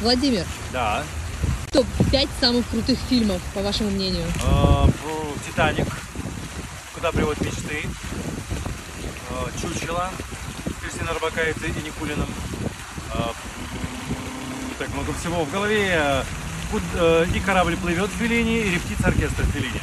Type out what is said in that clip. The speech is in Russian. Владимир, Да. топ-5 самых крутых фильмов, по вашему мнению. Э, про Титаник. Куда приводят мечты. Э, Чучело. Кристина Рыбакайте и Никулиным. Э, м, Так много всего в голове. Э, куд- э, И корабль плывет в Феллини, и рептица оркестра в Феллини.